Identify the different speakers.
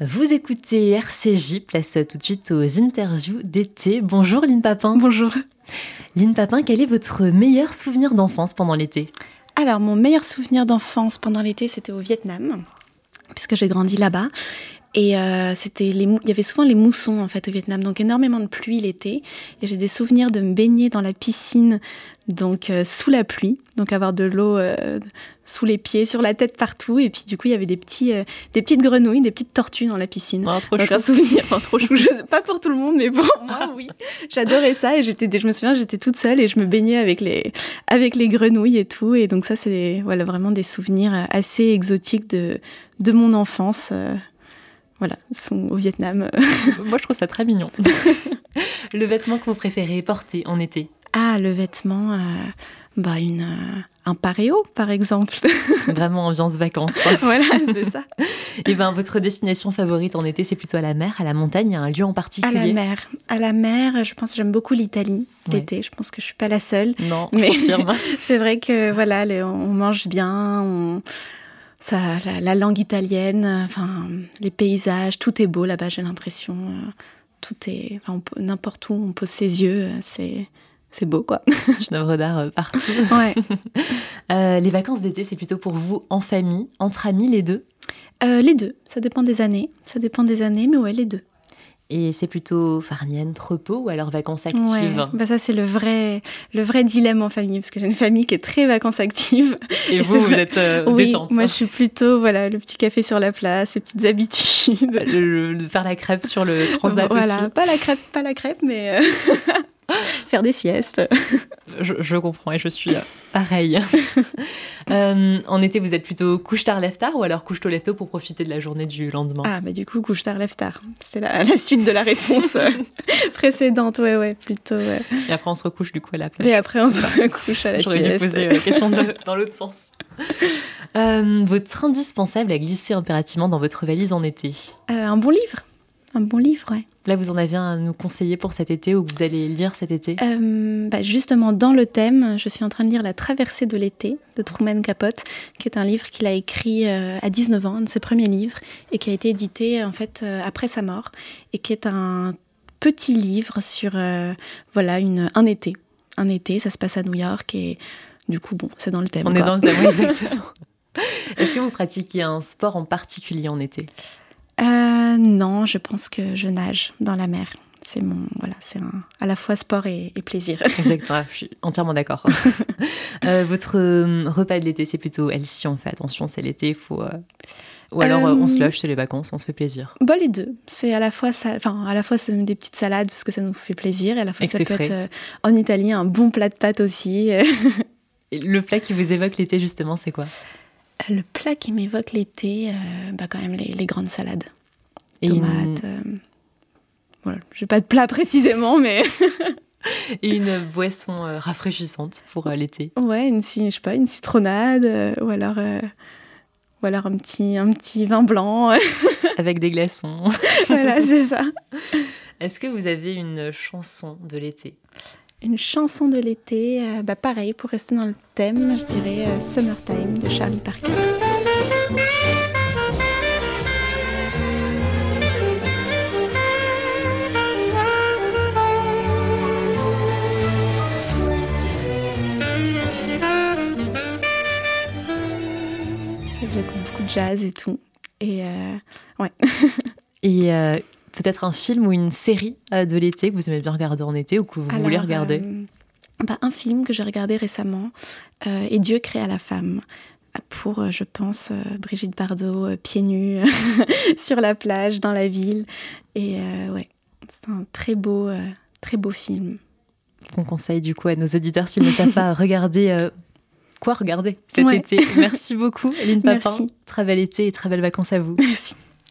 Speaker 1: Vous écoutez RCJ, place tout de suite aux interviews d'été. Bonjour Lynne Papin.
Speaker 2: Bonjour.
Speaker 1: Lynne Papin, quel est votre meilleur souvenir d'enfance pendant l'été
Speaker 2: Alors, mon meilleur souvenir d'enfance pendant l'été, c'était au Vietnam, puisque j'ai grandi là-bas. Et euh, c'était les mou- il y avait souvent les moussons en fait au Vietnam, donc énormément de pluie l'été. Et j'ai des souvenirs de me baigner dans la piscine, donc euh, sous la pluie, donc avoir de l'eau euh, sous les pieds, sur la tête, partout. Et puis du coup, il y avait des petits, euh, des petites grenouilles, des petites tortues dans la piscine.
Speaker 1: trop
Speaker 2: Donc un souvenir, enfin, trop chou, je sais pas pour tout le monde, mais pour
Speaker 1: Ah
Speaker 2: moi, oui. J'adorais ça et j'étais, je me souviens, j'étais toute seule et je me baignais avec les, avec les grenouilles et tout. Et donc ça, c'est des- voilà, vraiment des souvenirs assez exotiques de, de mon enfance. euh, Voilà, sont au Vietnam.
Speaker 1: Moi, je trouve ça très mignon. le vêtement que vous préférez porter en été
Speaker 2: Ah, le vêtement, euh, bah une, euh, un paréo par exemple.
Speaker 1: Vraiment ambiance vacances.
Speaker 2: voilà, c'est ça.
Speaker 1: Et ben, votre destination favorite en été, c'est plutôt à la mer, à la montagne, à un lieu en
Speaker 2: À
Speaker 1: particulier
Speaker 2: la mer, à la mer, je pense que j'aime beaucoup l'Italie
Speaker 1: Ouais.
Speaker 2: l'été. Je pense que je suis pas la seule.
Speaker 1: Non,
Speaker 2: Mais-
Speaker 1: je confirme. hein,
Speaker 2: C'est vrai que voilà, le- on mange bien, on- ça, la, la langue italienne, euh, enfin les paysages, tout est beau là-bas. J'ai l'impression, euh, tout est, enfin, on peut- n'importe où on pose ses yeux, euh, c'est c'est beau quoi.
Speaker 1: C'est une œuvre d'art euh, partout.
Speaker 2: Ouais.
Speaker 1: Euh, les vacances d'été, c'est plutôt pour vous en famille, entre amis, les deux.
Speaker 2: Euh, les deux, ça dépend des années, ça dépend des années, mais ouais les deux.
Speaker 1: Et c'est plutôt farniente, repos ou alors vacances
Speaker 2: Ouais.
Speaker 1: actives.
Speaker 2: Bah ça c'est le vrai le vrai dilemme en famille parce que j'ai une famille qui est très vacances active.
Speaker 1: Et
Speaker 2: Et
Speaker 1: vous,
Speaker 2: c'est
Speaker 1: vous
Speaker 2: vrai-
Speaker 1: êtes euh,
Speaker 2: oui,
Speaker 1: détente.
Speaker 2: moi je suis plutôt voilà le petit café sur la place, les petites habitudes.
Speaker 1: Le- le- faire la crêpe sur le transat
Speaker 2: voilà,
Speaker 1: aussi.
Speaker 2: pas la crêpe, pas la crêpe, mais euh, faire des siestes.
Speaker 1: Oh. Je, je comprends et je suis euh, pareil. Euh, en été, vous êtes plutôt couche tard, lève tard ou alors couche tôt, lève tôt pour profiter de la journée du lendemain.
Speaker 2: Ah bah du coup couche tard, lève tard. C'est la, la suite de la réponse euh, précédente, ouais ouais, plutôt. ouais.
Speaker 1: Et après, on se recouche du coup à la plage.
Speaker 2: Et après on se couche à la
Speaker 1: J'aurais dû
Speaker 2: sieste.
Speaker 1: poser la question de- dans l'autre sens. Euh, votre indispensable à glisser impérativement dans votre valise en été.
Speaker 2: Euh, un bon livre, un bon livre, ouais.
Speaker 1: Là, vous en avez un à nous conseiller pour cet été ou que vous allez lire cet été
Speaker 2: Euh, bah, justement, dans le thème, je suis en train de lire La traversée de l'été de Truman Capote, qui est un livre qu'il a écrit euh, à 19 ans, un de ses premiers livres, et qui a été édité en fait euh, après sa mort, et qui est un petit livre sur euh, voilà une, un été. Un été, ça se passe à New York, et du coup, bon, c'est dans le thème.
Speaker 1: On est
Speaker 2: quoi.
Speaker 1: dans le thème, exactement. Est-ce que vous pratiquez un sport en particulier en été
Speaker 2: Euh, non, je pense que je nage dans la mer. C'est mon voilà, c'est un- à la fois sport et- et plaisir.
Speaker 1: Exactement, je suis entièrement d'accord. Euh, votre euh, repas de l'été, c'est plutôt healthy, on fait attention, c'est l'été, il faut... euh, Ou alors euh, on se
Speaker 2: Euh,
Speaker 1: lâche, c'est les vacances, on se fait plaisir.
Speaker 2: Bah, les deux. C'est à la fois ça, enfin à la fois c'est des petites salades parce que ça nous fait plaisir et à la fois
Speaker 1: Et que
Speaker 2: ça
Speaker 1: c'est
Speaker 2: peut
Speaker 1: frais.
Speaker 2: être euh, en Italie un bon plat de pâtes aussi.
Speaker 1: Et le plat qui vous évoque l'été, justement, c'est quoi
Speaker 2: Le plat qui m'évoque l'été, euh, bah quand même les, les grandes salades,
Speaker 1: Et une-
Speaker 2: tomates. euh, voilà, j'ai pas de plat précisément, mais
Speaker 1: Et une boisson euh, rafraîchissante pour euh, l'été.
Speaker 2: ouais, une ci- je sais pas, une citronnade euh, ou alors. euh, ou alors un petit, un petit vin blanc,
Speaker 1: Avec des glaçons.
Speaker 2: voilà, c'est ça.
Speaker 1: Est-ce que vous avez une chanson de l'été
Speaker 2: Une chanson de l'été, euh, bah pareil, pour rester dans le thème, je dirais euh, Summertime de Charlie Parker. C'est vrai que j'écoute beaucoup de jazz et tout. Et euh,
Speaker 1: Et euh, peut-être un film ou une série euh, de l'été que vous aimez bien regarder en été ou que vous voulez
Speaker 2: alors,
Speaker 1: regarder
Speaker 2: euh, bah, Un film que j'ai regardé récemment, euh, Et Dieu créa la femme, pour, euh, je pense, euh, Brigitte Bardot, euh, pieds nus, sur la plage, dans la ville. Et euh, ouais, c'est un très beau, euh, très beau film.
Speaker 1: qu'on conseille du coup à nos auditeurs s'ils ne savent pas regarder euh, quoi regarder cet
Speaker 2: Ouais.
Speaker 1: été. Merci beaucoup, Lynne Papin.
Speaker 2: Merci.
Speaker 1: Très bel été et très belles vacances à vous.
Speaker 2: Merci.